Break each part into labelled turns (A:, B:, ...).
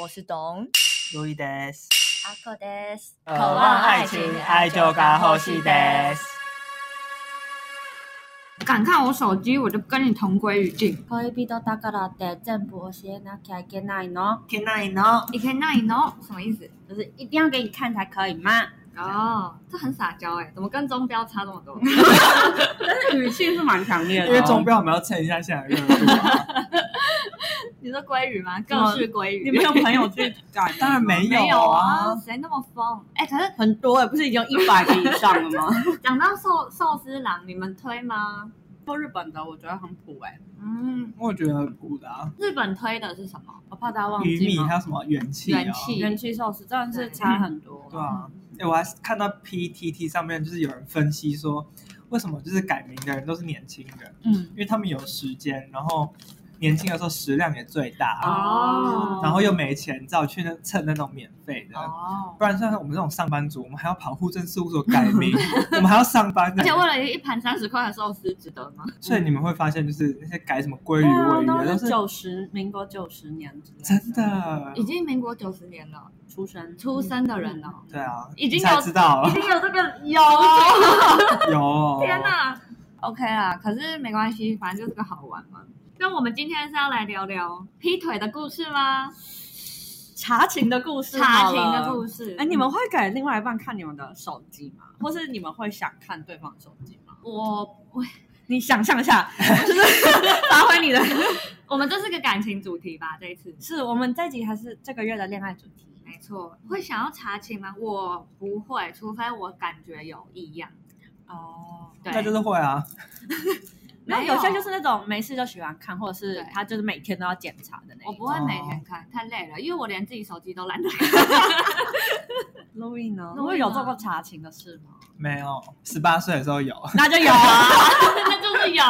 A: 我是董
B: 路易德斯，
A: 阿克德斯，
B: 渴望呃爱情，爱就该呼吸德。
C: 敢看我手机，我就跟你同归于 尽。
A: 恋人だからって全部教えなきゃいけないの？
B: 天那里呢？
C: 你可以那里喏，什么意思？
A: 就是一定要给你看才可以吗？
C: 哦，这很撒娇哎、怎么跟中标差这么 多？
A: 语气是蛮强烈的哦，
B: 因为中标我们要蹭一下现在热度啊。？
C: 你说鲑鱼吗？各
A: 怎么
C: 式鲑 鱼。
A: 你没有朋友去改
B: 当 然没
C: 没
B: 有
C: 有
B: 啊
C: 啊，谁那么疯？哎、可是
A: 很多哎、不是已经一百个以上了吗？
C: 讲到寿寿司郎，你们推吗？
A: 做日本的我觉得很普哎、
C: 嗯，
B: 我觉得很酷的啊，
C: 日本推的是什么？
A: 我怕大家忘
B: 鱼
A: 记
B: 米
A: 吗
B: 还有什么元气啊？
C: 元气
A: 元气寿司真的是差很多。
B: 对啊，哎，我还看到 PTT 上面就是有人分析说，为什么就是改名的人都是年轻人，
A: 嗯，
B: 因为他们有时间，然后年轻的时候食量也最大，
A: 哦
B: 啊然后又没钱，只好去那蹭那种免费的。
C: 哦，
B: 不然像我们这种上班族，我们还要跑户政事务所改 名，我们还要上班呢
C: 而且。为了一盘三十块的寿司，值得吗？
B: 所以你们会发现，就是那些改什么鲑
A: 对
B: 鱼、
A: 啊，
B: 尾鱼的，
A: 都
B: 都
A: 是
B: 是
A: 九十民国九十年之类
B: 真的
C: 已。经民国九十年了，
A: 出生
C: 出生的人哦，
B: 对啊，
C: 已经
B: 你才
C: 有
B: 知道
C: 已经有这个有。
B: 有。
C: 天！呐 o k 啦，可是没关系，反正就是个好玩嘛。那我们今天是要来聊聊劈腿的故事吗？
A: 查情的故事，
C: 查情的故
A: 事。
C: 事。
A: 哎，你们会给另外一半看你们的手机吗？或是你们会想看对方的手机吗？
C: 嗯我我
A: 你想象一下， 就是发挥你的。
C: 我们这是个感情主题吧？这一次
A: 是我们这集还是这个月的恋爱主题？
C: 没错，会想要查情吗？我不会，除非我感觉有异样。
A: 哦，
C: 对，
B: 那就是会啊，
A: 那
C: 没有
A: 有些就是那种没事就喜欢看，或者是
C: 对
A: 他就是每天都要检查的那
C: 我
A: 一种。
C: 不会每天看，太累了，因为我连自己手机都懒得看。
A: Louis 呢
C: Louis
A: ？Louis 有
C: 呢
A: 做过查情的事 吗？
B: 没有。十八岁的时候有，
A: 那就有啊。
C: 那就是有，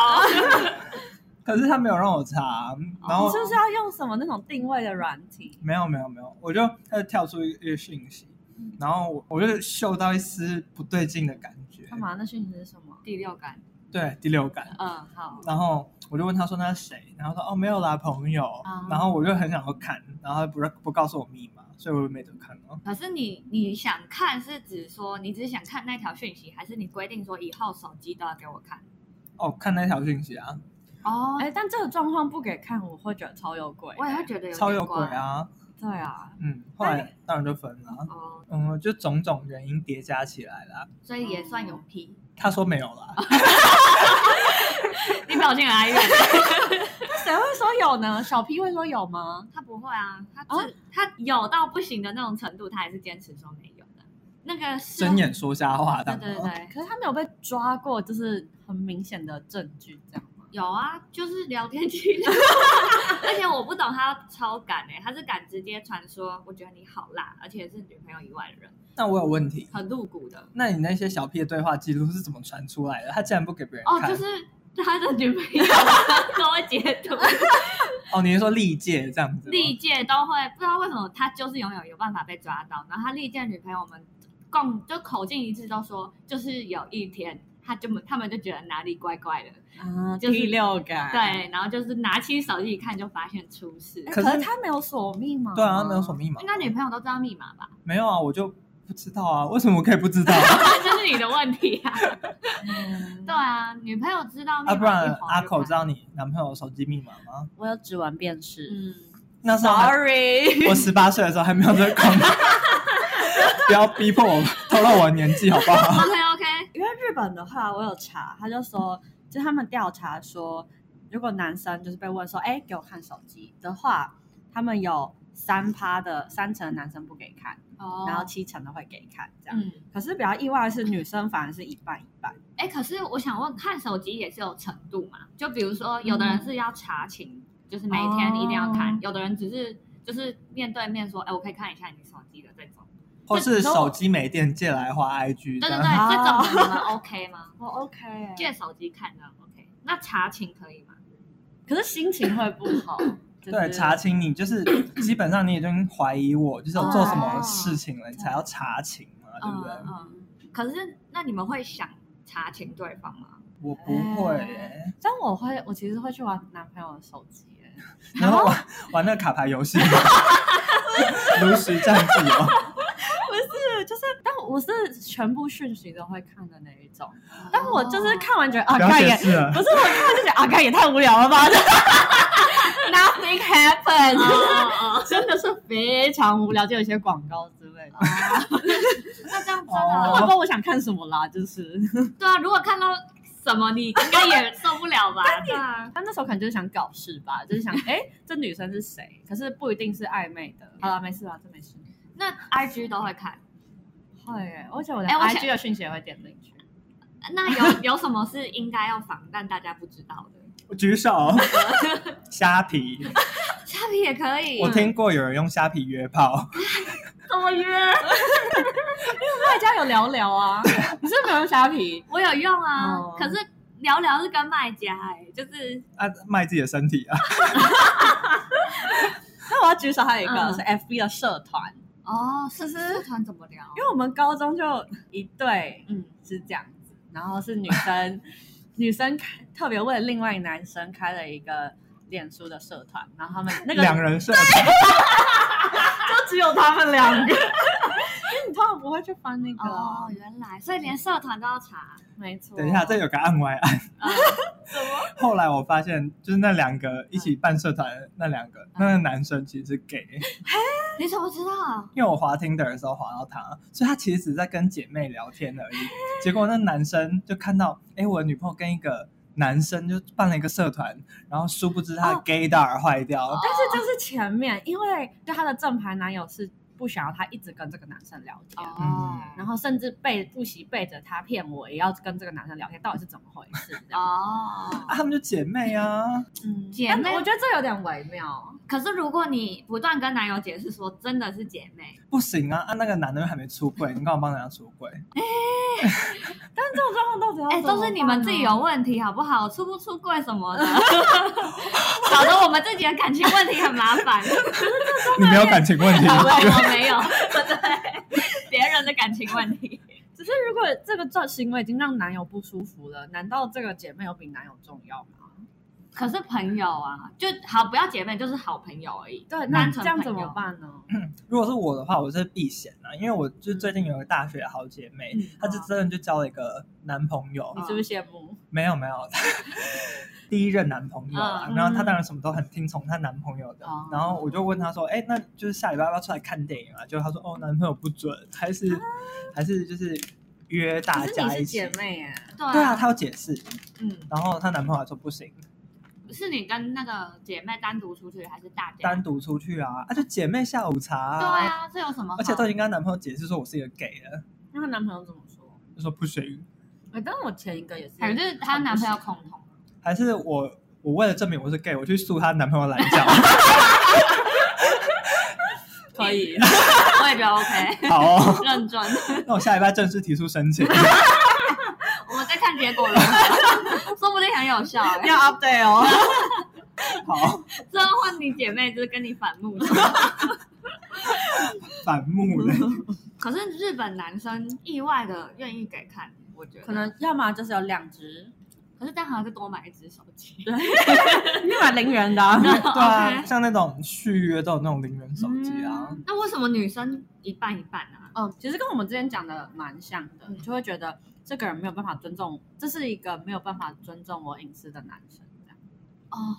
B: 可是他没有让我查，然
A: 你
C: 哦
B: 后
A: 是不是要用什么那种定位的软体？
B: 没有没有没有，我就他就跳出一个讯息
C: 嗯，
B: 然后我我就嗅到一丝不对劲的感觉，
A: 干嘛？那讯息是什么？
C: 第六感。
B: 对，第六感。
C: 嗯，好。
B: 然后我就问他说那是谁，然后说哦没有啦朋友，
C: 啊
B: 然后我就很想要看，然后他不让不告诉我密码，所以我就没得看了。
C: 可是你你想看是指说你只想看那条讯息，还是你规定说以后手机都要给我看？
B: 哦，看那条讯息啊，
C: 哦
A: 哎，但这个状况不给看，我会觉得超有鬼。
C: 我也会觉得有
B: 超
C: 点
B: 有鬼
C: 怪！
B: 啊，
A: 对啊，
B: 嗯，后来当然就分了，
C: 哦，
B: 嗯，就种种原因叠加起来啦。
C: 所以也算有批。
B: 他说没有啦，
C: 哦你表情很哀怨，
A: 谁会说有呢？小 P 会说有吗？
C: 他不会啊，他只、
A: 啊
C: 他有到不行的那种程度，他还是坚持说没有的。那个是
B: 睁眼说瞎话，
C: 对
B: 当
C: 对
B: 然
C: 对对，
A: 可是他没有被抓过，就是很明显的证据这样吗？
C: 有啊，就是聊天记录。而且我不懂他要超敢哎、他是敢直接传说，我觉得你好辣，而且是女朋友以外的人，
B: 那我有问题，
C: 很露骨的。
B: 那你那些小屁的对话记录是怎么传出来的？他竟然不给别人
C: 哦，
B: 看
C: 就是他的女朋友 都会截图，
B: 哦你是说历届这样子吗？
C: 历届都会，不知道为什么他就是永远有办法被抓到。然后他历届女朋友们共就口径一致都说，就是有一天他就他们就觉得哪里怪怪的，
A: 啊，
C: 就是
A: 第六感。
C: 对，然后就是拿起手机一看就发现出 事
A: 哎。
B: 可
A: 可
B: 是
A: 是他没有锁密码。
B: 对啊，他没有锁。密码
C: 应，该女朋友都知道密码 吧？
B: 没有啊，我就不知道啊，为什么我可以不知道？
C: 这是你的问题啊。
A: 嗯
C: 对，啊，女朋友知道密码
B: 啊，不然
C: 一晃就
B: 阿口
C: 发
B: 知道你男朋友手机密码吗？
A: 我有指纹辨识。
C: 嗯，
B: 那时候还
A: Sorry，
B: 我十八岁的时候还没有这个功能，不要逼迫我透露我的年纪好不 好？
C: OK OK，
A: 因为日本的话，我有查，他就说，就他们调查说，如果男生就是被问说，哎，给我看手机的话，他们有三趴的三成的男生不给看，
C: 哦
A: 然后七成的会给看这样。
C: 嗯，
A: 可是比较意外的是，女生反而是一半一半。
C: 哎，可是我想问，看手机也是有程度嘛？就比如说，有的人是要查情，就是每天一定要看；
A: 哦
C: 有的人只是就是面对面说，哎，我可以看一下你手机的这种。
B: 或是手机没电借来花 IG 这
C: 对对
B: 样
C: 对，
A: 哦
C: 这种的你们 OK 吗？
A: 我 OK，
C: 借手机看的 OK，那查情可以吗？
A: 可是心情会不好。就是
B: 对，查清你就是基本上你已经怀疑我，就是有做什么事情了，你才要查情嘛，对不对？
C: 嗯嗯。可是那你们会想查情对方吗？
B: 我不会欸耶，
A: 但我会，我其实会去玩男朋友的手机耶。
B: 然后玩玩那个卡牌游戏，如实战绩哦。
A: 是就是，但我是全部讯息都会看的那一种，
C: 哦
A: 但我就是看完觉得啊，
B: 不要
A: 看
B: 解
A: 也
B: 释了
A: 不，是我看完就觉得啊，看也太无聊了吧，
C: nothing happened。 哦
A: 真的是非常无聊，就有一些广告之类的。
C: 那这样真
A: 我
B: 哦
C: 的
A: 不知道我想看什么啦，就是。
C: 对啊，如果看到什么你应该也受不了 吧？对啊，
A: 他那时候可能就是想搞事 吧，就是想，哎、这女生是谁？可是不一定是暧昧的。好了，没事啦，这没事。
C: 那 IG 都会看。
A: 会、欸，而且我的
C: 诶我想
A: IG 的讯息也会点进 去。
C: 那有有什么是应该要防但大家不知道的？
B: 我举手。虾皮，
C: 虾皮也可以，
B: 我听过有人用虾皮约炮，
C: 怎么约？
A: 大家有聊聊啊？ 你是不是没有用虾皮？
C: 我有用啊，
A: 哦
C: 可是聊聊是跟卖家哎、就是
B: 啊，卖自己的身体啊。
A: 那我要举手还有一个、
C: 嗯
A: 是 FB 的社团，
C: 哦，是是社团怎么聊？
A: 因为我们高中就一对
C: 嗯，
A: 是这样子，然后是女生， 女生开特别为了另外一个男生开了一个脸书的社团，然后他们那个
B: 两人社团，
A: 就只有他们两 个，因为你通常不会去翻那个、啊
C: 哦，原来，所以连社团都要查，
A: 没错。
B: 等一下，这有个案外案。
C: 嗯、
B: 后来我发现，就是那两个一起办社团的那两个，那个男生其实是 gay，
C: 你怎么知道？
B: 因为我滑听的时候滑到他，所以他其实只在跟姐妹聊天而已。结果那男生就看到，哎，我的女朋友跟一个男生就办了一个社团，然后殊不知他的
A: 哦
B: gaydar 坏掉，
C: 哦
A: 但是就是前面，因为就她的正牌男友是不想要她一直跟这个男生聊天，
C: 哦，
A: 然后甚至背不惜背着他骗我，也要跟这个男生聊天，到底是怎么回事？这样
C: 哦，
B: 啊，他们就姐妹啊，
A: 嗯，
C: 姐妹
A: 但我觉得这有点微妙。
C: 可是如果你不断跟男友解释说真的是姐妹，
B: 不行啊，啊那个男的又还没出柜，你干嘛帮人家出柜？
A: 但这种状况到底要
C: 哎、
A: 怎么办啊
C: 都
A: 呢
C: 是你们自己有问题好不好？出不出柜什么的， 搞得我们自己的感情问题很麻烦。
B: 你没有感情问题，
C: 啊对，我没有，对别人的感情问题。
A: 只是如果这个这行为已经让男友不舒服了，难道这个姐妹有比男友重要吗？
C: 可是朋友啊，就好，不要姐妹，就是好朋友而已。
A: 对，那
C: 单
A: 这
C: 纯
A: 样
C: 朋友
A: 怎么办呢？
B: 如果是我的话，我是避嫌啊，因为我就最近有个大学的好姐妹，
C: 嗯
B: 她就真的就交了一个男朋友，
A: 你是不是羡慕？
B: 没有没有， 第一任男朋友啊，
C: 嗯
B: 然后她当然什么都很听从她男朋友的，
C: 哦
B: 然后我就问她说，哎，那就是下礼拜要不要出来看电影啊？就她说，哦，男朋友不准，还是、还是就是约
A: 可
B: 大
A: 是你
B: 家一
A: 是
B: 起
A: 姐，妹耶，
C: 对
B: 对啊，她有解释，
C: 嗯，
B: 然后她男朋友还说不行，
C: 是你跟那个姐妹单独出去，还是大家？
B: 单独出去啊，啊就姐妹下午茶、
C: 对啊，这有什么好？
B: 而且都已经跟她男朋友解释说我是一个 gay 了，
A: 那她男朋友怎么说？
B: 就说不行。
A: 哎，但我前一个也是，
C: 还是她男朋友恐同，
B: 还是我我为了证明我是 gay，我去诉她男朋友懒觉。
A: 可以。
C: 我也觉得 OK，
B: 好、哦，
C: 认真。
B: 那我下礼拜正式提出申请。
C: 我们再看结果了， 说不定很有效、欸。
A: 要 update 哦。
B: 好，
C: 之后换你姐妹就是跟你反目 了。
B: 反目了。
A: 嗯
C: 可是日本男生意外的愿意给看，我觉得
A: 可，能要么就是有两 只，
C: 可是但好像是多买一只手机。
A: 你买零元的、啊
C: 那
B: 对啊，
C: OK
B: 像那种续约都有那种零元手机啊。
A: 嗯
C: 那为什么女生一半一半啊？
A: 嗯，其实跟我们之前讲的蛮像的，
C: 嗯
A: 就会觉得这个人没有办法尊重，这是一个没有办法尊重我隐私的男生。这样
C: 哦，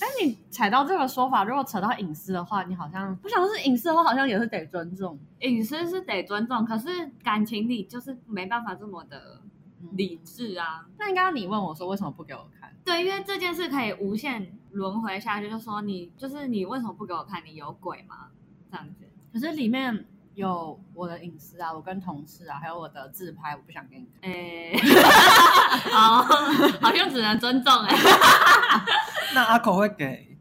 A: 但你踩到这个说法，如果扯到隐私的话，你好像不想是隐私的话，好像也是得尊重
C: 隐私是得尊重，可是感情里就是没办法这么的理
A: 你。
C: 智啊。
A: 嗯那应该你问我说为什么不给我看？
C: 对，因为这件事可以无限轮回下去，就说你就是你为什么不给我看？你有鬼吗？这样子。
A: 可是里面有我的隐私啊，我跟同事啊，还有我的自拍，我不想给你看。
C: 哎、好，好像只能尊重哎、
B: 那阿口会给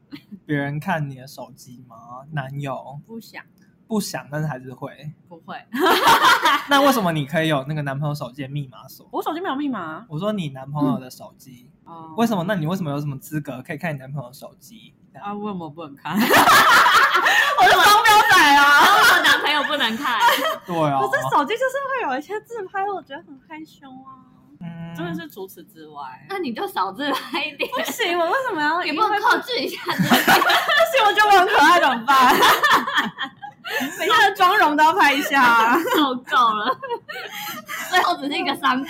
B: 别人看你的手机吗？男友
A: 不想，
B: 不想，但是还是会。
A: 不会，
B: 那为什么你可以有那个男朋友手机的密码锁？
A: 我手机没有密码。啊
B: 我说你男朋友的手机，
A: 哦
B: 为什么？那你为什么有什么资格可以看你男朋友手机？这样
A: 啊，问我不能 看，我是双标仔啊。
C: 我男朋友不能看，
B: 对啊，
A: 可是手机就是会有一些自拍，我觉得很害羞啊。
B: 嗯
A: 真的是除此之外，
C: 那你就少自拍一点，
A: 不行，我为什么要？
C: 你
A: 因
C: 不
A: 为
C: 能
A: 不
C: 克制一下自己
A: 行，我觉得我很可爱，怎么办？都要拍一下、 啊。
C: 受够了，最后只是一个三八。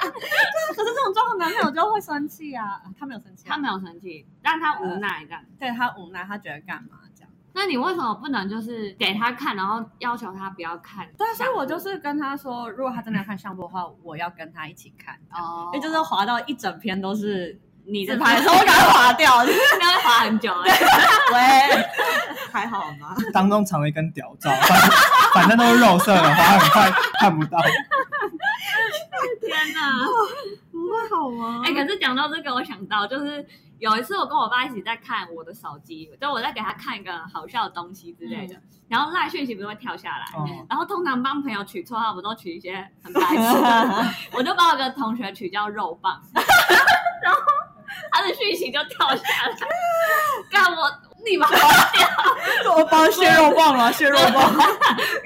A: 可是这种状况，男朋友就会生气啊。他没有生气、啊，
C: 他没有生气，但他无奈这样。
A: 对他无奈，他觉得干嘛这样？
C: 那你为什么不能就是给他看，然后要求他不要看相簿？
A: 对啊，所以我就是跟他说，如果他真的要看相簿的话，我要跟他一起看。
C: 哦
A: 因为哎 就是滑到一整篇都是
C: 你
A: 自
C: 的
A: 拍的时候，我赶快划掉。就是
C: 应该会滑很久哎。
A: 喂， 还好吗？
B: 当中藏了一根屌照，反 正反正都是肉色的，反正很快看不到。
C: 天哪！
A: 不会好吗
C: 哎、可是讲到这个，我想到就是有一次我跟我爸一起在看我的手机，就我在给他看一个好笑的东西之类
A: 嗯
C: 的，然后赖讯息不是会跳下来，
B: 哦，
C: 然后通常帮朋友取绰号，不都取一些很白 痴的，我就把我个同学取叫肉棒，然后他的讯息就跳下来，干我你们
A: 我帮蟹肉棒 吗？蟹肉棒，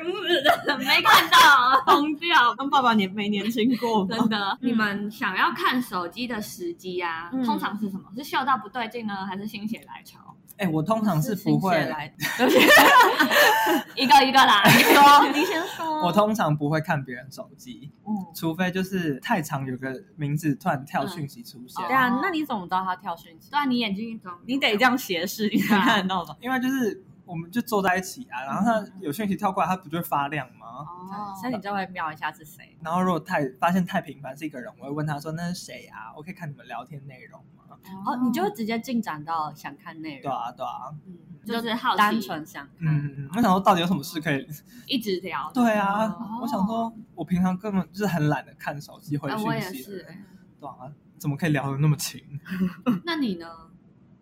C: 没看到，疯掉。
A: 当爸爸年没年轻过吗？
C: 真的，你们想要看手机的时机啊，
A: 哦嗯
C: 通常是什么？是嗅到不对劲呢，还是心血来潮？
B: 哎、我通常是不会，
A: 来，
C: 一个一个来。
A: 说你先说。
B: 我通常不会看别人手机，
A: 嗯，
B: 除非就是太常有个名字突然跳讯息出现，
C: 嗯
A: 对啊，那你怎么知道他跳讯息
C: 对？啊，你眼睛一肿，
A: 你得这样斜视，你才看得到吧？
B: 因为就是我们就坐在一起
C: 嗯
B: 啊，然后他有讯息跳过来，他不就会发亮吗？
C: 哦，
A: 所以你就会瞄一下是谁。
B: 然后如果太发现太频繁是一个人，我会问他说那是谁啊？我可以看你们聊天内容吗？
A: 哦，你就会直接进展到想看内
B: 对
A: 容，
B: 啊，对啊，
C: 嗯就是好奇，
A: 单纯想看。
B: 嗯，我想说到底有什么事可以？
C: 一直聊。
B: 对啊，
C: 哦
B: 我想说我平常根本就是很懒得看手机回
C: 哎，我也
B: 讯息的
C: 是
B: 人，。对啊，怎么可以聊得那么勤？
C: 那你呢？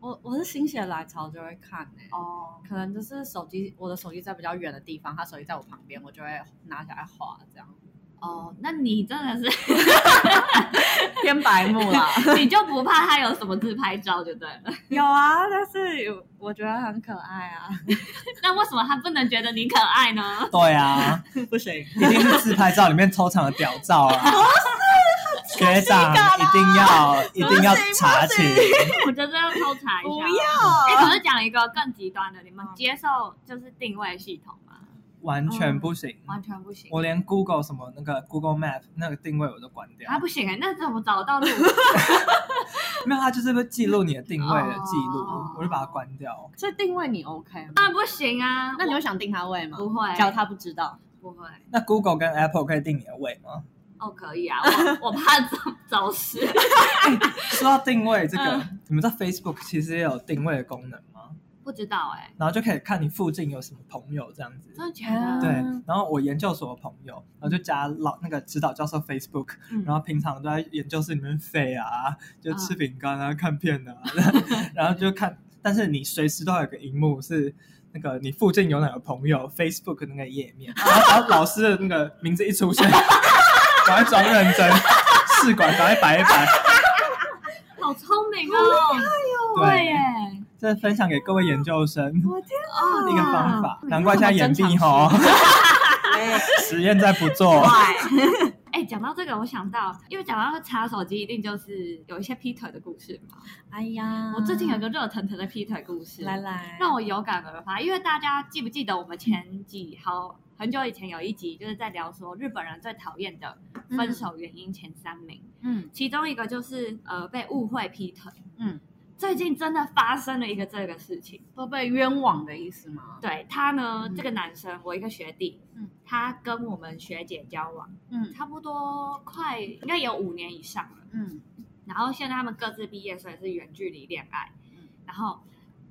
A: 我我是心血来潮就会看诶，
C: 哦，
A: 可能就是手机，我的手机在比较远的地方，他手机在我旁边，我就会拿起来划这样。
C: 哦，那你真的是，
A: 偏白目啦，
C: 你就不怕他有什么自拍照就对了。
A: 有啊，但是我觉得很可爱啊，
C: 那为什么他不能觉得你可爱呢？
B: 对啊，
A: 不行，
B: 一定是自拍照里面抽场的屌照 啊！
C: 啊
B: 学长一定要一定要查寝，
C: 我觉得要偷查一
A: 不
C: 下。
A: 要，
C: 哎，可是讲一个更极端的，你们接受就是定位系统吗？
B: 完全不行。
C: 嗯完全不行。
B: 我连 Google 什么那个 Google Map 那个定位我都关掉
C: 啊，，不行哎，那怎么找 到路？
B: 没有它就是会记录你的定位的记
C: 哦
B: 录，我就把它关掉。
A: 所以定位你 OK 吗？
C: 当然不行啊。
A: 那你会想定他位吗？
C: 不会？
A: 假如他不知道，
C: 不会。
B: 那 Google 跟 Apple 可以定你的位吗？
C: 哦，可以啊， 我我怕走走失。
B: 说到定位这个，
C: 嗯
B: 你们知道 Facebook 其实也有定位的功能吗？
C: 不知道哎、
B: 然后就可以看你附近有什么朋友这样子。
C: 真的假的？
B: 对
A: 嗯，
B: 然后我研究所的朋友，然后就加老那个指导教授 Facebook，
C: 嗯
B: 然后平常都在研究室里面飞啊，就
A: 嗯
B: 吃饼干啊、看片 啊，然后就看。但是你随时都有个荧幕是那个你附近有哪个朋友 Facebook 那个页面，然后然后老师的那个名字一出现， 赶快装认真，试管赶快摆一 摆。
C: 好聪明哦，对耶
B: 对，，这分享给各位研究生
A: 我天
C: 哦，
B: 一个方法，难怪现在眼闭吼，
A: 哦
C: 哎
B: 实验再不做，
C: 对。哎，讲到这个，我想到，因为讲到查手机，一定就是有一些劈腿的故事嘛。
A: 哎呀，
C: 我最近有个热腾腾的劈腿故事，
A: 来来，
C: 让我有感而发。因为大家记不记得我们前几好很久以前有一集，就是在聊说日本人最讨厌的分手原因前三名，
A: 嗯
C: 其中一个就是呃被误会劈腿。
A: 嗯，
C: 最近真的发生了一个这个事情。
A: 都被冤枉的意思吗？
C: 对他呢，
A: 嗯
C: 这个男生，我一个学弟，
A: 嗯
C: 他跟我们学姐交往，
A: 嗯
C: 差不多快应该有五年以上了。
A: 嗯
C: 然后现在他们各自毕业，所以是远距离恋爱。
A: 嗯
C: 然后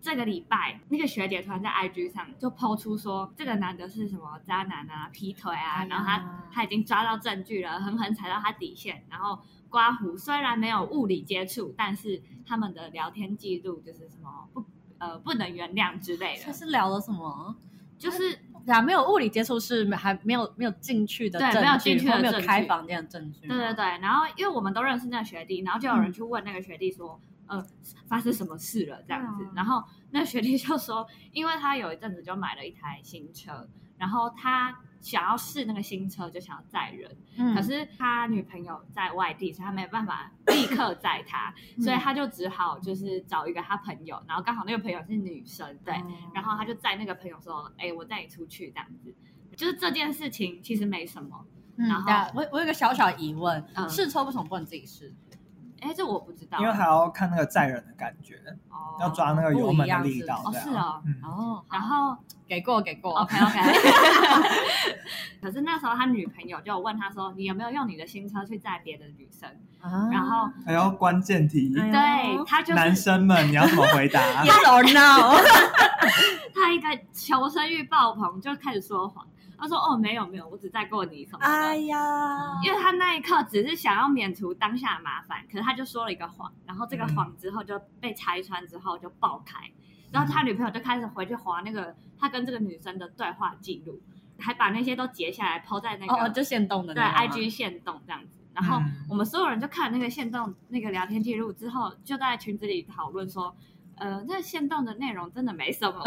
C: 这个礼拜，那个学姐突然在 IG 上就抛出说，这个男的是什么渣男啊、劈腿啊，
A: 哎呀
C: 然后他他已经抓到证据了，狠狠踩到他底线。然后刮胡虽然没有物理接触，但是他们的聊天记录就是什么不呃不能原谅之类
A: 这
C: 的，
A: 是聊了什么？
C: 就是
A: 对啊，没有物理接触是还没有没有进去的
C: 对
A: 证据，
C: 没有进去的
A: 或没有
C: 证据
A: 开房间的证据，
C: 对对，对，然后因为我们都认识那个学弟，然后就有人去问那个学弟说，呃，发生什么事了这样子
A: 对啊，
C: 然后那个学弟就说，因为他有一阵子就买了一台新车，然后他想要试那个新车，就想要载人，
A: 嗯
C: 可是他女朋友在外地，所以他没办法立刻载他， 所以他就只好就是找一个他朋友，
A: 哦
C: 然后刚好那个朋友是女生，对，然后他就载那个朋友说，哎，我带你出去这样子。就是这件事情其实没什么。
A: 嗯
C: 然后
A: 对啊我我有个小小疑问，
C: 嗯
A: 试车为什么不能自己试？
C: 哎，这我不知道，
B: 因为还要看那个载人的感觉，
C: 哦
B: 要抓那个油门的力道
A: 不
C: 哦，
B: 对
C: 是
B: 啊。
C: 哦，
B: 嗯，
A: 哦
C: 然后
A: 给过给过
C: OK OK。可是那时候他女朋友就有问他说：“你有没有用你的新车去载别的女生？”
A: 啊
C: 然后
B: 还要关键题，
A: 哎呦
C: 对他就是
B: 男生们你要怎么回 答？啊
A: Yes or no？
C: 他一个求生欲爆棚，就开始说谎。他说：“哦，没有没有，我只载过你什么的。
A: 哎呀，
C: 因为他那一刻只是想要免除当下的麻烦，可是他就说了一个谎，然后
A: 嗯
C: 这个谎之后就被拆穿之后就爆开，
A: 嗯
C: 然后他女朋友就开始回去划那个他跟这个女生的对话记录，还把那些都截下来抛在那个、
A: 哦哦，就现动的
C: 对
A: 那个吗
C: IG 线动这样子。然后
B: 嗯
C: 我们所有人就看那个线动那个聊天记录之后，就在群子里讨论说，呃，那线动的内容真的没 什么，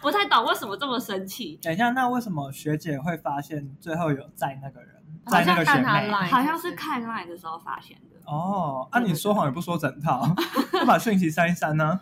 C: 不太懂为什么这么生气，
B: 等一下，那为什么学姐会发现最后有载那个人，
A: 好
B: 载那
A: 像
B: 个学
A: 看他
B: 妹？
A: line，
C: 好像是
A: 不
C: 看 line 的时候发现的。
B: 哦，啊，你说谎也不说整 套，不把讯息啊删一删呢？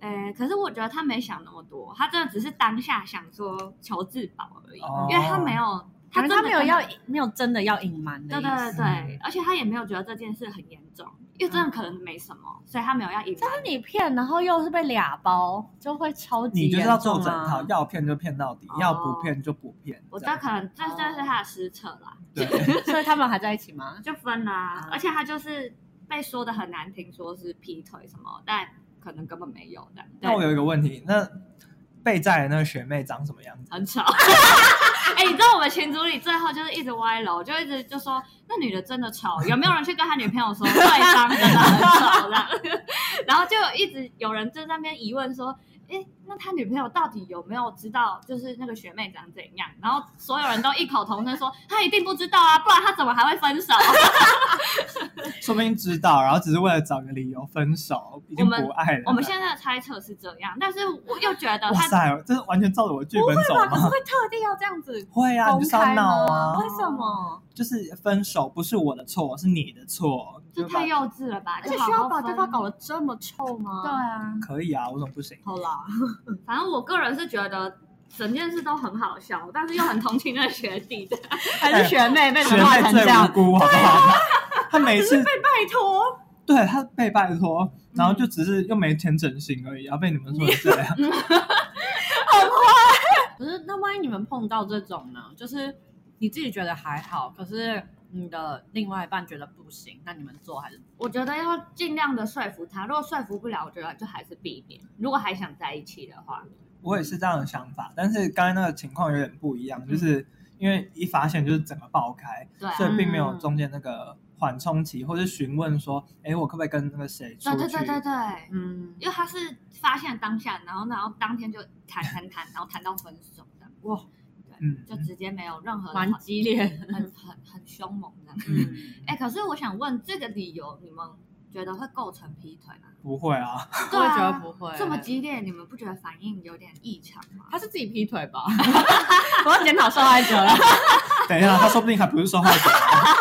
C: 呃，可是我觉得他没想那么多，他真的只是当下想说求自保而已，
B: 哦
C: 因为他没有，
A: 可
C: 他
A: 能
C: 真
A: 他
C: 的
A: 没有
C: 跟
A: 要没有真的要隐瞒的
C: 对
A: 意
C: 对
A: 思。
C: 对对，而且他也没有觉得这件事很严重，因为真的可能没什么，所以他没有要隐
A: 但
C: 瞒。
A: 是你骗，然后又是被俩包，就会超级
B: 你就是要做
A: 严
B: 整
A: 重啊
B: 套，要骗就骗到底
C: 哦，
B: 要不骗就不骗。
C: 我
B: 这
C: 觉
B: 样
C: 得可能这这是他的失策啦，
B: 对，
A: 所以他们还在一起 吗？
C: 就分啦
A: 啊。
C: 而且他就是被说的很难听，说是劈腿什么，但可能根本没有的。
B: 那我
C: 对，
B: 有一个问题，那被载的那个学妹长什么样子？
C: 很吵。 哎、你知道我们群组里最后就是一直歪楼，就一直就说那女的真的丑，有没有人去跟他女朋友说对方真的很丑这样？ 然后就一直有人就在那边疑问说，哎、那他女朋友到底有没有知道就是那个学妹长怎样？然后所有人都异口同声说他一定不知道啊，不然他怎么还会分手？
B: 说不定知道，然后只是为了找个理由分手，已经不爱了。
C: 我们现在的猜测是这样，但是我又觉得
B: 哇
C: 他
B: 塞，这是完全照着我的剧本走
A: 可是
B: 吗？
A: 会特地要这样子
B: 会啊，你
A: 公
B: 就是要
A: 开
B: 闹
A: 吗？
B: 啊！
A: 为什么？
B: 就是分手不是我的错，是你的错。
C: 这
B: 就
C: 太
B: 把
C: 幼稚了吧？
A: 而且
C: 就好
A: 需
C: 好
A: 要把对
C: 分
A: 方搞得这么臭吗？
C: 对啊，
B: 可以啊，我怎么不行？
A: 好啦，
C: 反正我个人是觉得整件事都很好笑，但是又很同情那个学弟的。
A: 还是学妹被
B: 学
A: 人骂
B: 妹
A: 成这
B: 最无
A: 样，
B: 辜，好不
C: 啊
B: 好？他每 次
A: 拜托，
B: 对他被拜托，
C: 嗯
B: 然后就只是又没钱整形而已，然后被你们说成这 样。
A: 可是那万一你们碰到这种呢？就是你自己觉得还好，可是你的另外一半觉得不行，那你们做还是
C: 我觉得要尽量的说服他，如果说服不了，我觉得就还是避免。如果还想在一起的话，
B: 我也是这样的想法，但是刚才那个情况有点不一样，就是因为一发现就是整个爆开，
C: 对啊、
B: 所以并
A: 嗯
B: 没有中间那个缓冲期，或是询问说，哎，我可不可以跟那个谁出
C: 对
B: 去？
C: 对对对对，
A: 嗯，
C: 因为他是发现当下，然后然后当天就谈谈谈，然后谈到分手这样，
A: 哇，
B: 嗯，
C: 就直接没有任何
A: 蛮
C: 很
A: 激烈 的。
C: 很很很凶猛这样。
B: 嗯
C: 哎、可是我想问，这个理由你们觉得会构成劈腿吗？
A: 嗯
B: 不会啊，
A: 我也觉得不会
C: 这么 激烈，你们不觉得反应有点异常吗？
A: 他是自己劈腿 吧？我要检讨受害者了。
B: 等一下，他说不定还不是受害者 啊。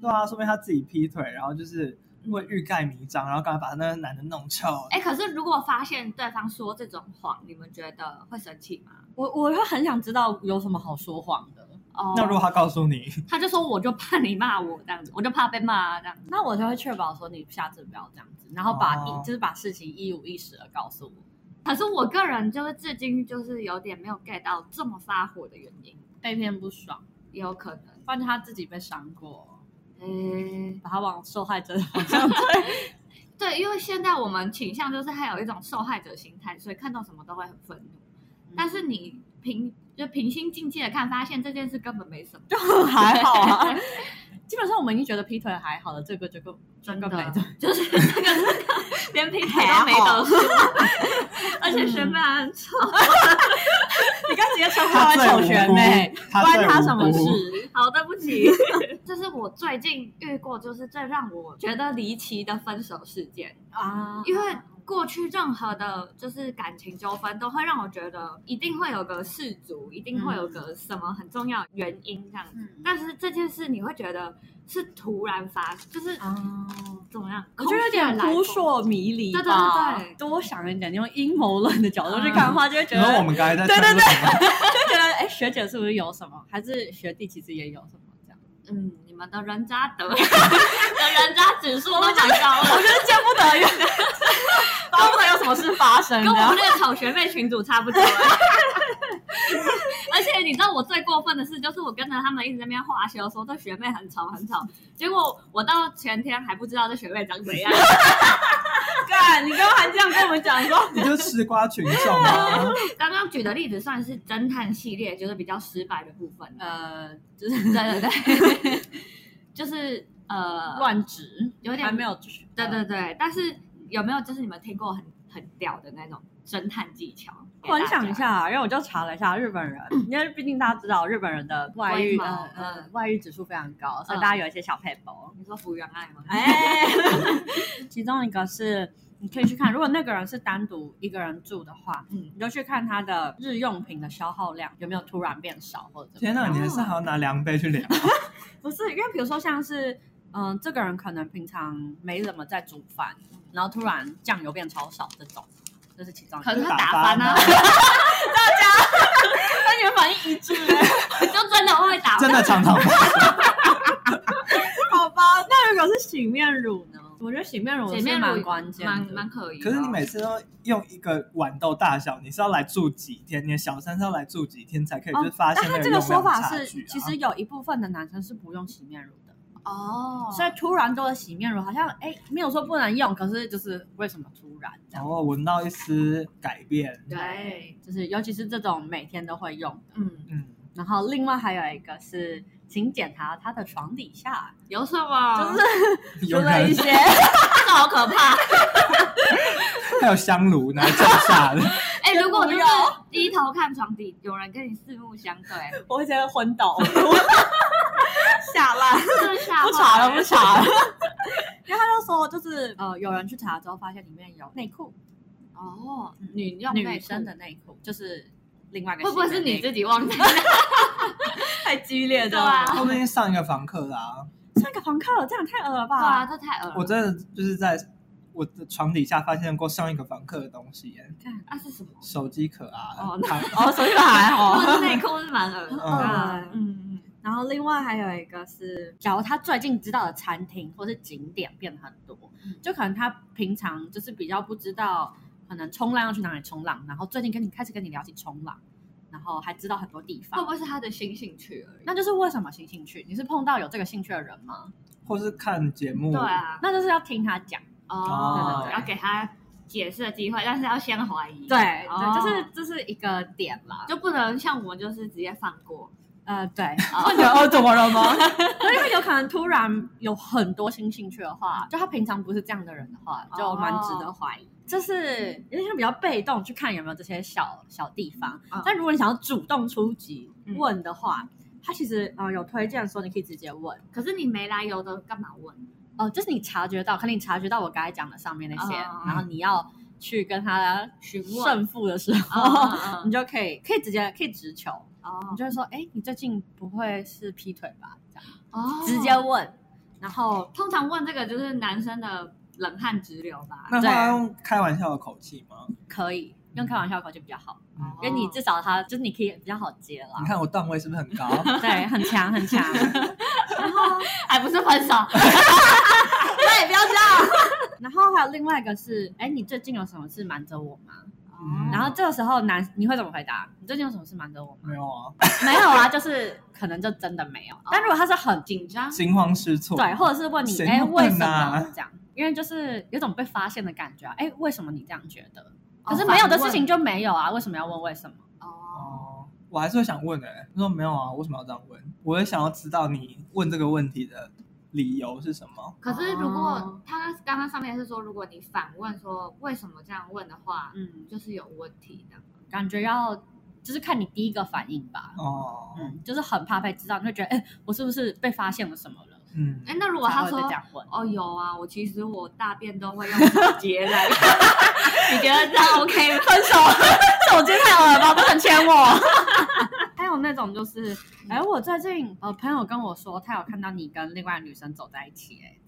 B: 对啊，说不定他自己劈腿，然后就是会欲盖弥彰，然后刚才把那个男的弄臭。
C: 哎、可是如果发现对方说这种谎，你们觉得会生气吗？
A: 我我会很想知道有什么好说谎的，
C: 哦
B: 那如果他告诉你，
C: 他就说我就怕你骂我这样子，我就怕被骂啊这样子。
A: 那我就会确保说你下次不要这样子，然后把一、
B: 哦
A: 就是把事情一五一十的告诉我。
C: 可是我个人就是至今就是有点没有 get 到这么发火的原因，
A: 被骗不爽，
C: 也有可能，
A: 不然他自己被伤过，
C: 呃、
A: 把他往受害者的方向 推。
C: 对，因为现在我们倾向就是还有一种受害者心态，所以看到什么都会很愤怒。但是你平就平心静气的看，发现这件事根本没什么，
A: 就很还好 啊。基本上我们已经觉得劈腿还好了，这个这个这
C: 真
A: 个
C: 的啊
A: 没对，
C: 就是这个是连平台都没得说，而且学妹还很臭，
A: 你刚直接称呼
B: 他
A: 他为
B: 最
A: 丑
B: 无
A: 学
B: 辜
A: 妹，，关
B: 最
A: 他
B: 无
A: 什么
B: 辜？
A: 事？
C: 好，对不 起，这是我最近遇过，就是最让我觉得离奇的分手事件。
A: 啊
C: 因为过去任何的，就是感情纠纷，都会让我觉得一定会有个氏族，一定会有个什么很重要的原因这样子。
A: 嗯
C: 但是这件事，你会觉得是突然发，就是
A: 啊，
C: 怎么样？
A: 我觉得有点扑朔迷离
C: 对对
A: 吧
C: 对对。啊
A: 多想一点，你用阴谋论的角度去看的话，就会觉
B: 然后我
A: 得
B: 们刚才在
A: 对对
B: 讨论什么
A: 就觉得哎学姐是不是有什么，还是学弟其实也有什么这样？
C: 嗯，你们的人渣德的 人渣指数都蛮高
A: 我
C: 的，
A: 觉得见不得人，巴不得有什么事发生
C: 跟我们那个草学妹群主差不多。 而且你知道我最过分的事，就是我跟着他们一直在那边化修，说这学妹很吵很吵，结果我到前天还不知道这学妹长怎 样。
A: 干，你刚刚还这样跟我们讲说，
B: 你就吃瓜群众啊！
C: 刚刚举的例子算是侦探系列，就是比较失败的部分了。
A: 呃，
C: 就是对 对对，就是呃，
A: 乱指
C: 有点
A: 还没有，对
C: 对对对，但是有没有就是你们听过很很屌的那种侦探技巧？
A: 分享一，下啊，因为我就查了一下日本人，
B: 嗯
A: 因为毕竟大家知道日本人的外遇
C: 外貌
A: 的呃外遇指数非常高，所以
C: 嗯
A: 大家有一些小 paper。
C: 你说福原爱吗？
A: 哎， 其中一个是你可以去看，如果那个人是单独一个人住的话，
C: 嗯
A: 你就去看他的日用品的消耗量有没有突然变少或者怎么
B: 天
A: 样
B: 哪，你还是还要拿量杯去量，
A: 不是，因为比如说像是，嗯、这个人可能平常没怎么在煮饭，然后突然酱油变超少，这种，这是其中一
C: 可
A: 个。
C: 是他
B: 打
C: 打
B: 翻
C: 翻 啊，
A: 但你们反应一致，
C: 就真的会打翻
B: 真。的常 常
A: 好吧？那如果是洗面乳呢？我觉得洗面乳
C: 前
A: 是
C: 面
A: 蛮关键
C: 蛮
A: 的
C: 蛮。可疑的。
B: 可是你每次都用一个豌豆大小，你是要来住几天？你的小三是要来住几天才可以？就是发
A: 哦
B: 现
A: 但他
B: 那
A: 这
B: 个
A: 个
B: 用
A: 说
B: 量
A: 法
B: 差
A: 是，
B: 距啊。
A: 其实有一部分的男生是不用洗面乳的，
C: 哦，
A: 所以突然多的洗面乳好像哎没有说不能用，可是就是为什么突然这
B: 然
A: 样？
B: 后闻到一丝改变，
C: 对，
A: 就是尤其是这种每天都会用的。
C: 嗯，
B: 嗯，
A: 然后另外还有一个是，请检查他的床底下。
C: 有什么？
A: 就是
B: 有
A: 除了一
B: 人
A: 些，
C: 这好可怕。
B: 还有香炉拿来照下的，
C: 哎，如果
A: 不
C: 就是
A: 要
C: 低头看床底，有人跟你四目相 对，
A: 我会直接昏倒， 吓烂，
C: 这吓坏
A: 不查了，不查了。 因为他就说，就是呃，有人去查之后发现里面有内裤，
C: 哦，女用内
A: 嗯女
C: 裤
A: 生的内裤，就是另外一个啊
C: 会不会是你
A: 这
C: 自己 忘记？
A: 太激烈
C: 对啊
B: 后面上一个房客啦、
A: 上个房客这样太恶了
C: 对
A: 吧？
C: 啊，这太恶了。
B: 我真的就是在我的床底下发现过上一个房客的东西耶，
C: 啊是什么？
B: 手机壳啊，
C: 哦
B: 糖
A: 哦，所以还好。
C: 哦，内裤是蛮恶的。
A: 嗯
C: 嗯嗯，
A: 然后另外还有一个是，假如他最近知道的餐厅或是景点变很多，
C: 嗯
A: 就可能他平常就是比较不知道，可能冲浪要去哪里冲浪，然后最近跟你开始跟你聊起冲浪，然后还知道很多地
C: 会不
A: 方。
C: 会是他的新兴趣而已？
A: 那就是为什么新兴趣？你是碰到有这个兴趣的人吗？
B: 或是看节目，
C: 对啊，
A: 那就是要听他讲，
C: 哦，
B: 对对对
C: 要给他解释的机会，但是要先怀疑，
A: 对，
C: 哦
A: 对，就是这是一个点啦。
C: 就不能像我们就是直接放过。
A: 呃， 对，
C: 哦
A: 觉得哦，怎么了 吗？因为有可能突然有很多新兴趣的话，就他平常不是这样的人的话，就蛮值得怀疑。哦就是有点像比较被动去看有没有这些小小地方，
C: 嗯
A: 但如果你想要主动出击
C: 嗯
A: 问的话，他其实呃有推荐说你可以直接问
C: 可是你没来由的干嘛问？
A: 哦、就是你察觉到，可能你察觉到我刚才讲的上面那些，
C: 嗯
A: 然后你要去跟他
C: 询问？
A: 胜负的时候，
C: 哦
A: 你就可以可以直接可以直球，你
C: 哦
A: 就会说，哎，你最近不会是劈腿吧？这样。
C: 哦
A: 直接问，然后
C: 通常问这个就是男生的冷汗直流吧。
B: 那他用开玩笑的口气吗？
A: 可以用开玩笑口就比较好，
C: 哦
A: 因为你至少他就是你可以比较好接啦
B: 你。看我段位是不是很高？
A: 对，很强很强，然后
C: 还哎不是分手？
A: 对，不要这样。 然后还有另外一个是，哎，你最近有什么事瞒着我吗？
C: 哦
B: 嗯
A: 然后这个时候男你会怎么回答？你最近有哦什么事瞒着我吗？
B: 没有啊，
A: 没有啊，就是可能就真的没有。但如果他是很
C: 紧张
B: 惊慌失措，
A: 对，或者是问你，
B: 谁
A: 哎，
B: 那么
A: 为什
B: 笨
A: 么
B: 啊
A: 这样？因为就是有种被发现的感觉啊，哎，为什么你这样觉得？
C: 哦
A: 可是没有的事情
C: 反
A: 就没有啊，为什么要问为什么？
C: 哦，
B: 哦，我还是会想问诶、欸，他说没有啊，为什么要这样问？我也想要知道你问这个问题的理由是什么。
C: 可是如
A: 哦
C: 果他刚刚上面是说，如果你反问说为什么这样问的话，
A: 嗯，
C: 就是有问题的。
A: 感觉要就是看你第一个反应吧。
B: 哦，
A: 嗯，就是很怕被知道，你会觉得，哎、我是不是被发现了什么了？
B: 嗯，
C: 哎，那如果他
A: 才会
C: 说
A: 这样问，
C: 哦，有啊，我其实我大便都会用手接来，你觉得这样 OK 吗？
A: 分手， 手机太恶了吧，不能牵我。还有那种就是， 哎、我最近呃朋友跟我说，他有看到你跟另外女生走在一起、哎，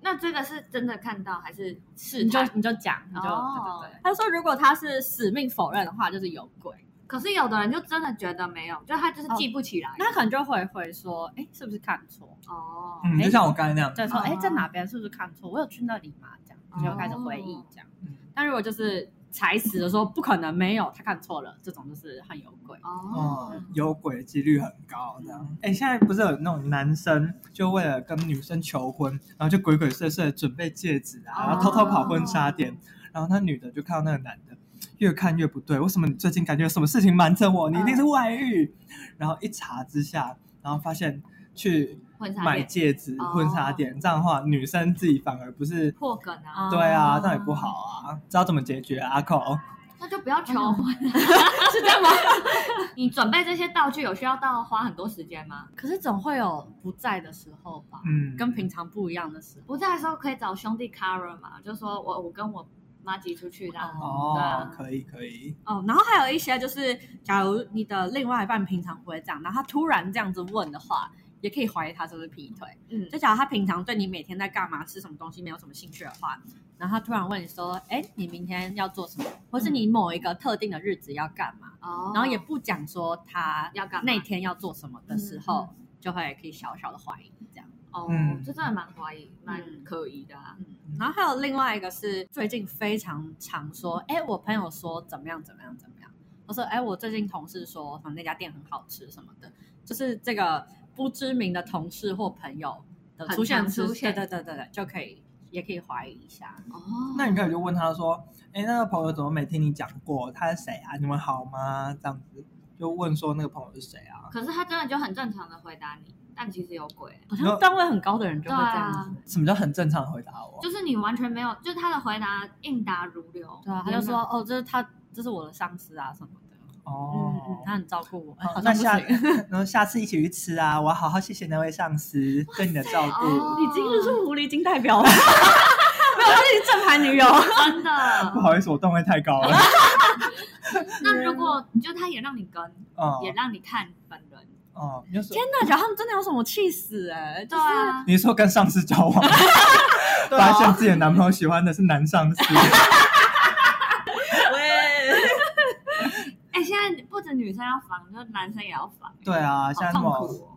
C: 那这个是真的看到还是试
A: 你就
C: 探？
A: 你就讲，你就、
C: 哦
A: 对对对。他说如果他是死命否认的话，就是有鬼。
C: 可是有的人就真的觉得没有，就他就是记不起来。
A: 那他可能就回回说，哎，是不是看错？
C: 哦，
B: 嗯，
A: 哎
B: 就像我刚才那样，
A: 对，说，哎，
C: 哦
A: 在哪边是不是看错？我有去那里吗？这样就开始回忆
C: 哦
A: 这样
B: 嗯。
A: 但如果就是踩死的说不可能没有，他看错了，这种就是很有鬼。
C: 哦，
B: 哦，有鬼的几率很高，这样。哎、现在不是有那种男生就为了跟女生求婚，然后就鬼鬼祟祟地准备戒指啊，然后偷偷跑婚纱店，然后那女的就看到那个男的，越看越不对，为什么你最近感觉有什么事情瞒着我？你一定是外遇。然后一查之下，然后发现去
C: 婚纱
B: 买
C: 店
B: 戒指
C: 哦
B: 婚纱店，这样的话女生自己反而不是。
C: 破梗
A: 哦
C: 啊，
B: 对啊，那也不好啊，知道怎么解决啊，阿寇。
C: 那就不要求婚，是这样吗？ 你准备这些道具有需要到花很多时间吗？
A: 可是总会有不在的时候吧，
B: 嗯，
A: 跟平常不一样的时候。
C: 不在的时候可以找兄弟 cover 嘛，就说我我跟我妈挤出去的，对
B: 哦
C: 啊，
B: 可以可以，
A: 哦，然后还有一些就是，假如你的另外一半平常不会这样，然后他突然这样子问的话，也可以怀疑他是不是劈腿。
C: 嗯，
A: 就假如他平常对你每天在干嘛、吃什么东西没有什么兴趣的话，然后他突然问你说：“哎，你明天要做什么？或是
C: 嗯
A: 你某一个特定的日子要干嘛？”
C: 哦，
A: 然后也不讲说他
C: 要干嘛嗯
A: 那天要做什么的时候，就会可以小小的怀疑这样。
C: 哦，
B: 嗯
C: 这真的蛮怀疑，蛮
A: 嗯
C: 可疑的啊。
A: 嗯，然后还有另外一个是最近非常常说，哎，我朋友说怎么样怎么样怎么样，我说哎，我最近同事说什么那家店很好吃什么的，就是这个不知名的同事或朋友的
C: 很
A: 出现
C: 常
A: 之，
C: 出现
A: 对对对对对，就可以也可以怀疑一下。
C: 哦，
B: 那你可以就问他说：“哎、那个朋友怎么没听你讲过？他是谁啊？你们好吗？”这样子就问说那个朋友是谁啊？
C: 可是他真的就很正常的回答你，但其实有鬼。
A: 好
B: 然
A: 像
B: 后
A: 段位很高的人就
C: 对
A: 会这样子
C: 啊，，
B: 什么叫很正常的回答我？
C: 就是你完全没有，就是他的回答应答如流。
A: 对啊，他就说哦，这是他这是我的上司啊什么的，嗯嗯
B: 哦，，
A: 他很照顾我，哎
B: 好
A: 好
B: 那
A: 像不
B: 下
A: 行。
B: 然后下次一起去吃啊！我要好好谢谢那位上司对你的照顾。
C: 哦
A: 你今日是狐狸精代表吗？ 没有，她是正牌女友。
C: 真
B: 啊 不
C: 的。
B: 好意思，我段位太高 了。
C: 那如果就他也让你跟，
B: 哦
C: 也让你看本人，
B: 哦，你就说
A: 天哪，假如他们真的有什么气死哎、欸，就
C: 对
A: 是、
C: 啊，
B: 你是说跟上司交 往，发现自己的男朋友喜欢的是男上司，
C: 啊
A: 喂，
C: 哎，现在不止女生要防，就男生也要防。
B: 对啊，现在那
C: 好
B: 么
C: 痛苦哦。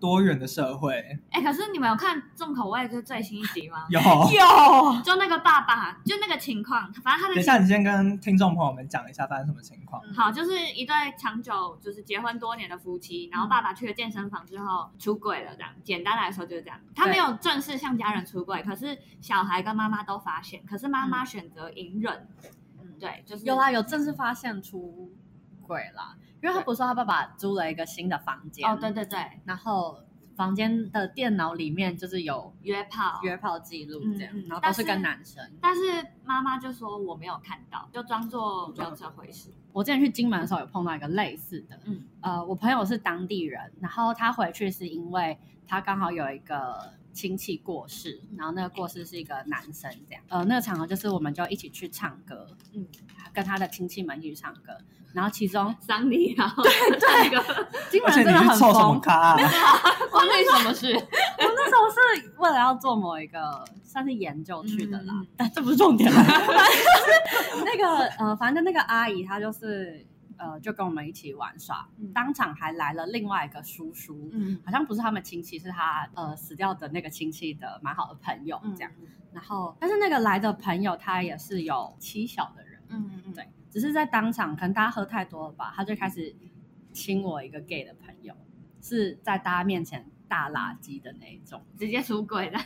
B: 多元的社会，
C: 哎，可是你们有看重口味就是最新一集吗？
B: 有。
A: 有
C: 就那个爸爸，就那个情况，反正他
B: 等
C: 的
B: 一下，你先跟听众朋友们讲一下发生什么情况。
C: 好，就是一对长久就是结婚多年的夫妻，然后
A: 嗯
C: 爸爸去了健身房之后出轨了，这样简单来说就是这样。他没有正式向家人出轨，可是小孩跟妈妈都发现，可是妈妈选择隐忍，嗯对，就是
A: 嗯有啦，有正式发现出轨啦，因为他不是说他爸爸租了一个新的房间
C: 哦，对，对对，
A: 然后房间的电脑里面就是有
C: 约炮。
A: 约炮记录这样，
C: 哦嗯嗯
A: 然后
C: 但
A: 都
C: 是
A: 是跟男生。
C: 但是妈妈就说我没有看到，就装作没有这回事。
A: 我之前去金门的时候有碰到一个类似的，
C: 嗯，
A: 呃，我朋友是当地人，然后他回去是因为他刚好有一个亲戚过世，然后那个过世是一个男生这样，呃，那个场合就是我们就一起去唱歌，
C: 嗯，
A: 跟他的亲戚们一起去唱歌，然后其 中
C: 桑尼啊，对 对，
A: 金
B: 而
A: 门
B: 且
A: 人真
B: 你
A: 的
B: 去
A: 很
B: 凑什么
A: 疯，
B: 咖、啊？
C: 关你什 么事？
A: 我那时候是为了要做某一个算是研究 去的啦，
C: 嗯嗯嗯
A: 但这不是重点啦。 那个呃，反正那个阿姨她就是呃，就跟我们一起玩耍，
C: 嗯
A: 当场还来了另外一个叔叔，
C: 嗯
A: 好像不是他们亲戚，是他呃死掉的那个亲戚的蛮好的朋友这样。，然后，但是那个来的朋友他也是有妻小的人，
C: 嗯嗯，
A: 对，只是在当场可能大家喝太多了吧，他就开始亲我一个 gay 的朋友，是在大家面前大垃圾的那一种。
C: 直接出轨了。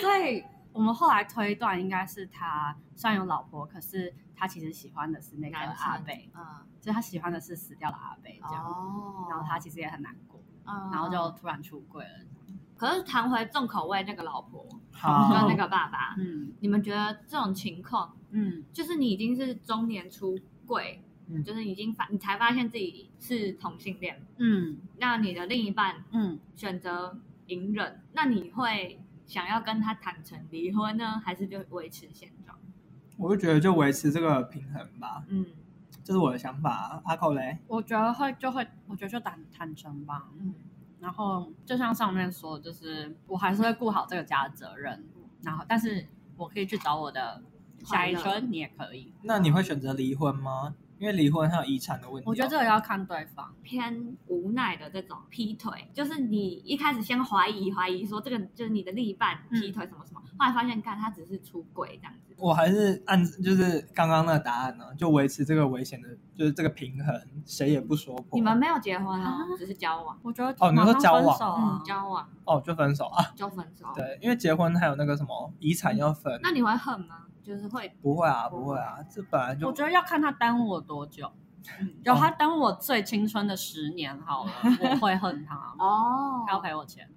A: 所以我们后来推断，应该是他虽然有老婆，可是他其实喜欢的是那个
C: 男生
A: 阿贝，
C: 嗯，
A: 所以他喜欢的是死掉的阿贝这样。
C: 哦
A: 然后他，其实也很难过，
C: 嗯
A: 然后就突然出柜了。
C: 可是谈回重口味那个老婆
B: 好
C: 跟那个爸爸，
A: 嗯
C: 你们觉得这种情况，
A: 嗯，
C: 就是你已经是中年出柜，
B: 嗯
C: 就是已经发你才发现自己是同性恋，
A: 嗯
C: 那你的另一半
A: 嗯，
C: 选择隐忍，那你会想要跟他坦诚离婚呢，还是就维持现状？
B: 我就觉得就维持这个平衡吧，
C: 嗯
B: 这是我的想法。啊阿寇嘞，
A: 我觉得会就会，我觉得就坦坦诚吧。
C: 嗯，
A: 然后就像上面说的，就是我还是会顾好这个家的责任，然后但是我可以去找我的下一
C: 快乐
A: 春，你也可以。
B: 那你会选择离婚吗？因为离婚还有遗产的问题啊。
A: 我觉得这个要看对方。
C: 偏无奈的这种劈腿，就是你一开始先怀疑怀疑说这个就是你的另一半
A: 嗯
C: 劈腿什么什么，后来发现干他只是出轨这样子。
B: 我还是按就是刚刚那个答案呢、就维持这个危险的，就是这个平衡，谁也不说破。
C: 你们没有结婚哦
A: 啊，
C: 只是交往，
A: 我觉得
B: 哦你
A: 马
B: 说
A: 上
B: 交
A: 分
B: 往
A: 手啊
C: 嗯，交往
B: 哦，就分手啊？
C: 就分手。
B: 对，因为结婚还有那个什么遗产要分。
C: 那你会恨吗？就是会，
B: 不会啊，不会啊，这本来就
A: 我觉得要看他耽误我多久。有他耽误我最青春的十年好 了，我会恨他
C: 哦
A: 他要赔我钱。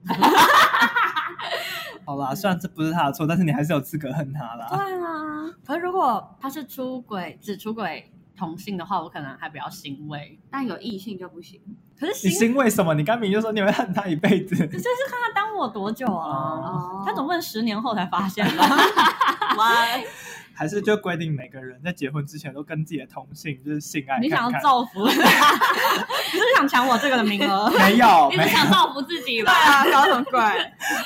B: 好啦。虽然这不是他的错，但是你还是有资格恨他啦。
A: 对啊，可是如果他是出轨，只出轨同性的话，我可能还比较欣慰。
C: 但有异性就不行。
A: 可是
B: 你
A: 欣
B: 欣慰什么？你刚明就说你会恨他一辈子。
A: 就是看他耽误我多久啊？
C: 哦，
A: 他总不能十年后才发现吧？ 喂，
B: 还是就规定每个人在结婚之前都跟自己的同性就是性爱看看。
A: 你想要造福他？ 你是不是想抢我这个的名额？
B: 没有，
C: 哦 你
B: 没
C: 是想
B: 有，
C: 造福自己吧？
A: 啊，搞什么鬼？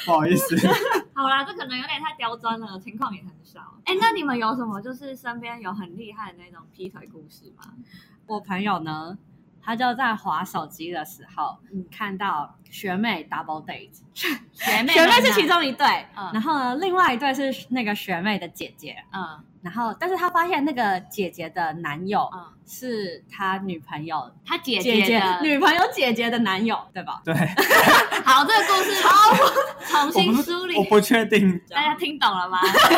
B: 不好意思。
C: 好啦，这可能有点太刁钻了，情况也很少。哎，那你们有什么就是身边有很厉害的那种劈腿故事吗？
A: 我朋友呢，他就在划手机的时候，
C: 嗯
A: 看到学妹 double date，
C: 学妹
A: 学妹
C: 们
A: 是
C: 呢
A: 其中一对，
C: 嗯
A: 然后呢，另外一对是那个学妹的姐姐，
C: 嗯
A: 然后但是他发现那个姐姐的男友
C: 嗯，
A: 是他女朋友
C: 他姐
A: 姐
C: 姐的
A: 女朋友姐姐的男友，对 吧？
B: 对，
C: 好，这个故事重
B: 我
C: 新
B: 不
C: 梳理
B: 是，我，不确定。
C: 大家听懂了吗？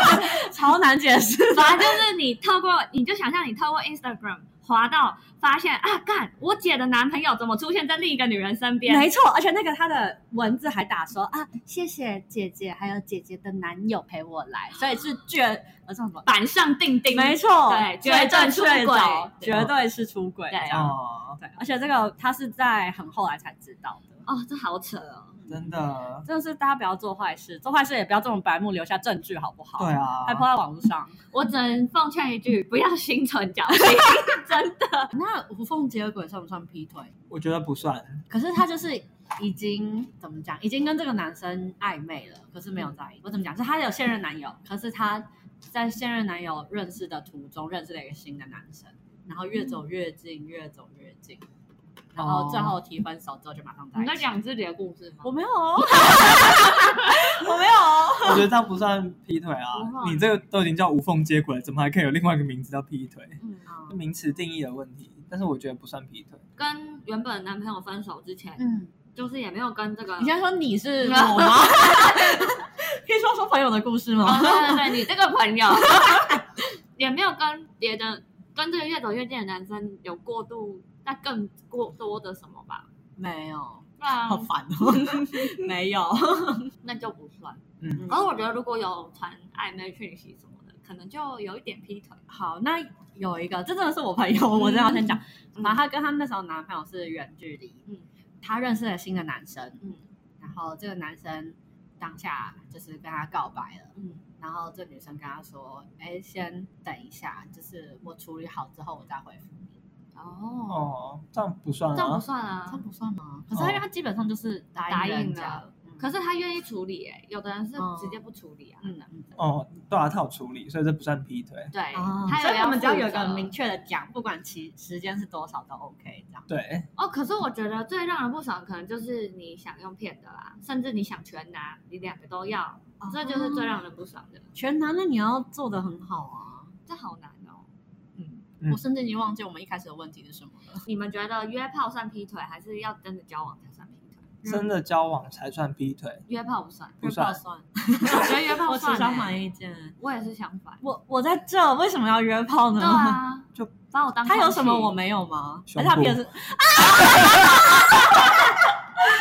A: 超难解释，
C: 反正就是你透过，你就想象你透过 Instagram 滑到，发现啊，干，我姐的男朋友怎么出现在另一个女人身边？
A: 没错，而且那个他的文字还打说啊，谢谢姐姐，还有姐姐的男友陪我来，所以是绝呃这种什么？
C: 板上钉钉，
A: 没错，
C: 对
A: 绝
C: 绝对
A: 出
C: 出
A: 轨
C: 轨，
A: 绝对是出轨，
C: 对
A: 这样
B: 哦，
A: 对，而且这个他是在很后来才知道的。
C: 哦，这好扯哦。
B: 真的，
A: 就是大家不要做坏事，做坏事也不要这种白目，留下证据好不好？
B: 对，啊
A: 还，抛在网络上。
C: 我只能奉劝一句，不要心存侥幸， 真的。
A: 那无缝接轨算不算劈腿？
B: 我觉得不算。
A: 可是他就是已经怎么讲，已经跟这个男生暧昧了，可是没有在一起。我怎么讲？是他有现任男友，可是他在现任男友认识的途中认识了一个新的男生，然后越走越近，越走越近，然后最后提分手之后就马上在一起。
C: 讲自己的故事吗
A: 我没有哦， 我没有哦。
B: 我觉得这样不算劈腿啊
C: 不。会
B: 你这个都已经叫无缝接轨了，怎么还可以有另外一个名字叫劈腿？
C: 嗯，
A: 啊
B: 名词定义的问题，但是我觉得不算劈腿。
C: 跟原本男朋友分手之前，
A: 嗯，
C: 就是也没有跟这个。
A: 你现在说你是我
C: 我
A: 吗？可以说说朋友的故事
C: 哦，
A: 吗？
C: 对对对，你这个朋 友也没有跟别的跟这个越走越近的男生有过度，那更过多的什么吧？
A: 没有，
C: 那
A: 好烦哦。 没有，
C: 那就不算。
B: 嗯，
A: 哦
C: 可是我觉得如果有传暧昧讯息什么的，可能就有一点劈腿。
A: 好，那有一个，这真的是我朋友， 我真的要先讲。
C: 嗯
A: 然后她跟她那时候男朋友是远距离，嗯
C: 嗯，
A: 她认识了新的男生，嗯
C: 嗯，
A: 然后这个男生当下就是跟她告白了，
C: 嗯，
A: 然后这女生跟他说：“哎，先等一下，就是我处理好之后我再回复你。
C: 哦，
B: 哦，这样不算
C: 这样不
B: 啊。
C: 算”
A: 这
C: 啊。
A: 不算吗？哦可是她因为她基本上就是答
C: 答
A: 应
C: 应
A: 人家
C: 了，
A: 嗯
C: 可是他愿意处理、欸，有的人是
A: 哦
C: 直接不处理啊。
A: 嗯嗯。
B: 哦，对啊，他有处理，所以这不算劈腿。
C: 对，
A: 哦
C: 他
A: 所以
C: 有
A: 我们只要有一
C: 一
A: 个明确的讲，不管其时间是多少都 OK 这样。
B: 对，
C: 哦，可是我觉得最让人不爽，可能就是你想用骗的啦，甚至你想全拿，你两个都要，
A: 哦
C: 这就是最让人不爽的。
A: 全男的你要做的很好啊。
C: 这好难哦。
A: 嗯，
B: 嗯
A: 我甚至已经忘记我们一开始的问题是什么了。
C: 你们觉得约炮算劈腿，还是要真的交往才算劈腿？
A: 嗯
B: 真的交往才算劈腿。
C: 约炮 不算，
B: 不算
A: 约炮算，
C: 我觉得约炮
A: 我持
C: 算、
A: 相
C: 欸。
A: 反意见。
C: 我也是相反。
A: 我我在这为什么要约炮呢？
C: 对啊，
B: 就
C: 把我当
A: 嗯 他有
C: 空气
A: 什么我没有吗？
B: 胸
A: 而
B: 部
A: 且他平时，啊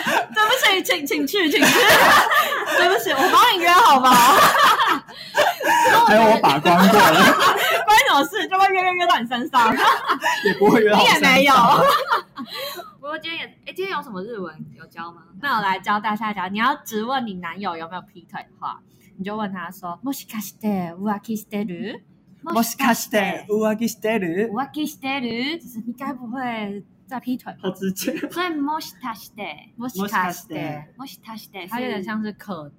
A: 对不起，请请去，请去。 对不起，我帮你约好吧？
B: 还有我把关过了，
A: 关你什么事？就会约约约到你身上，你
B: 也不会约好
A: 也
B: 上
A: 没有。
C: 不过今天也，哎，今天有什么日文有教吗？
A: 那我来教大家讲，你要直问你男友有没有劈腿的话，你就问他说：“もしかして浮気してる？
B: もしかして浮気してる？
C: 我気してる，
A: 就是你该不会在劈腿吧
B: 好直接。
C: 所以もしたして，
A: もし
B: もし
A: か
B: か
A: し
B: してて，
C: もしたして，
A: 它有点像是可，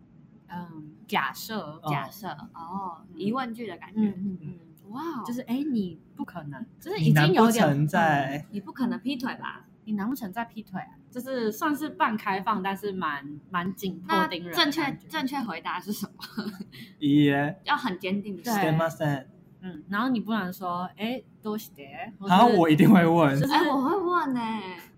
A: 嗯，假设，
B: 哦
C: 假设哦，疑问句的感觉。
A: 嗯嗯嗯，
C: 哇哦，
A: 就是哎，你不可能，就是
B: 你
A: 已
B: 难
A: 经
B: 不
A: 有点嗯
B: 成在
C: 你不可能劈腿吧？
A: 你难不成在劈腿啊？就是算是半开放，但是蛮蛮紧迫
C: 那
A: 盯人的
C: 正
A: 感觉。
C: 确正确回答是什么？
B: 耶，
C: 要很坚定的说。
A: 对
B: してません。
A: 嗯，然后你不能说哎，多些，或
B: 然后
A: 是
B: 我一定会问
A: 就，是
C: 哎、我会问呢、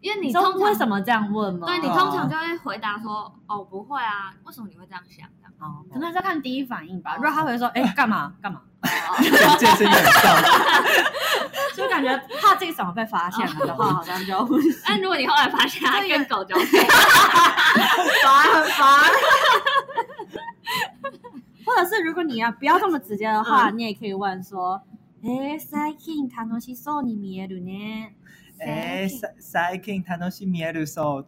C: 因为你
A: 你
C: 通
A: 说
C: 常
A: 为什么这样问吗？哦
C: 对你
B: 啊
C: 通常就会回答说哦不会啊，为什么你会这样想？ 这样
A: 哦，可能还是要看第一反应吧。
C: 哦
A: 如果他会说哎，干嘛干嘛，
B: 眼界是有点像。
A: 就感觉怕自己怎么被发现了的话，好像就
C: 但哎如果你后来发现他
A: 对呀
C: 跟狗交配，
A: 烦很烦。或者是如果你要啊不要这么直接的话，
C: 嗯
A: 你也可以问说：“哎，最近楽しそうに見えるね。”
B: 哎，最近楽しみえるそう、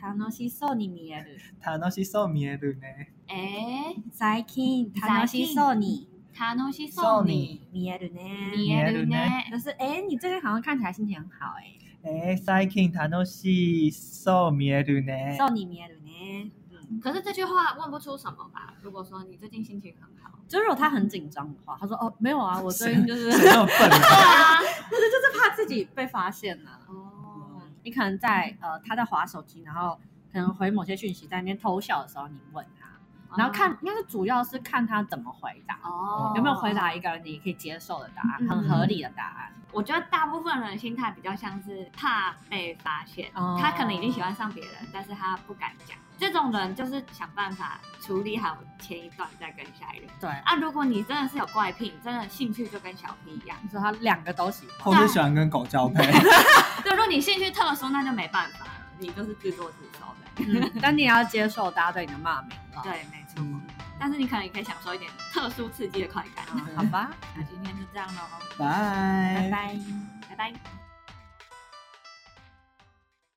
A: 楽しそうに見える。
B: 楽しそう見えるね。
C: 哎、
A: 最近楽しそうに
C: 他东西
B: 送
C: 送
B: 你
C: 你，
A: 見えるね。
C: 你
B: 你
C: 也
B: 也
C: 有呢
B: 呢。
A: 就是哎，你最近好像看起来心情很好哎。
B: 哎，最近楽しそう見えるね。
A: そうに見えるね。嗯，
C: 可是这句话问不出什么吧？如果说你最近心情很好，
A: 就如果他很紧张的话，他说：“哦，没有啊，我最近就是
B: 谁那么笨
C: 对
B: 啊？
C: 啊，
A: 就是怕自己被发现了。”
C: 哦，
A: 你可能在呃他在划手机，然后可能回某些讯息，在那边偷笑的时候，你问他，然后看应该是主要是看他怎么回答，
C: 哦
A: 有没有回？答一个你可以接受的答案，
C: 嗯
A: 很合理的答案。
C: 我觉得大部分人心态比较像是怕被发现，
A: 哦
C: 他可能已经喜欢上别人，但是他不敢讲。这种人就是想办法处理好前一段，再跟下一任。
A: 对，
C: 啊，如果你真的是有怪癖，你真的兴趣就跟小 P 一样。
A: 你说他两个都喜欢，
B: 或是喜欢跟狗交配？
C: 对，如果你兴趣特殊，那就没办法了，你就是自作自受的。
A: 嗯但你也要接受大家对你的骂名了。
C: 对，没错。
B: 嗯
C: 但是你可能也可以享受一点特殊 刺激的快感。
A: 嗯，好吧，
C: 那今天就这样喽，
B: 拜
A: 拜。拜。
C: 拜拜。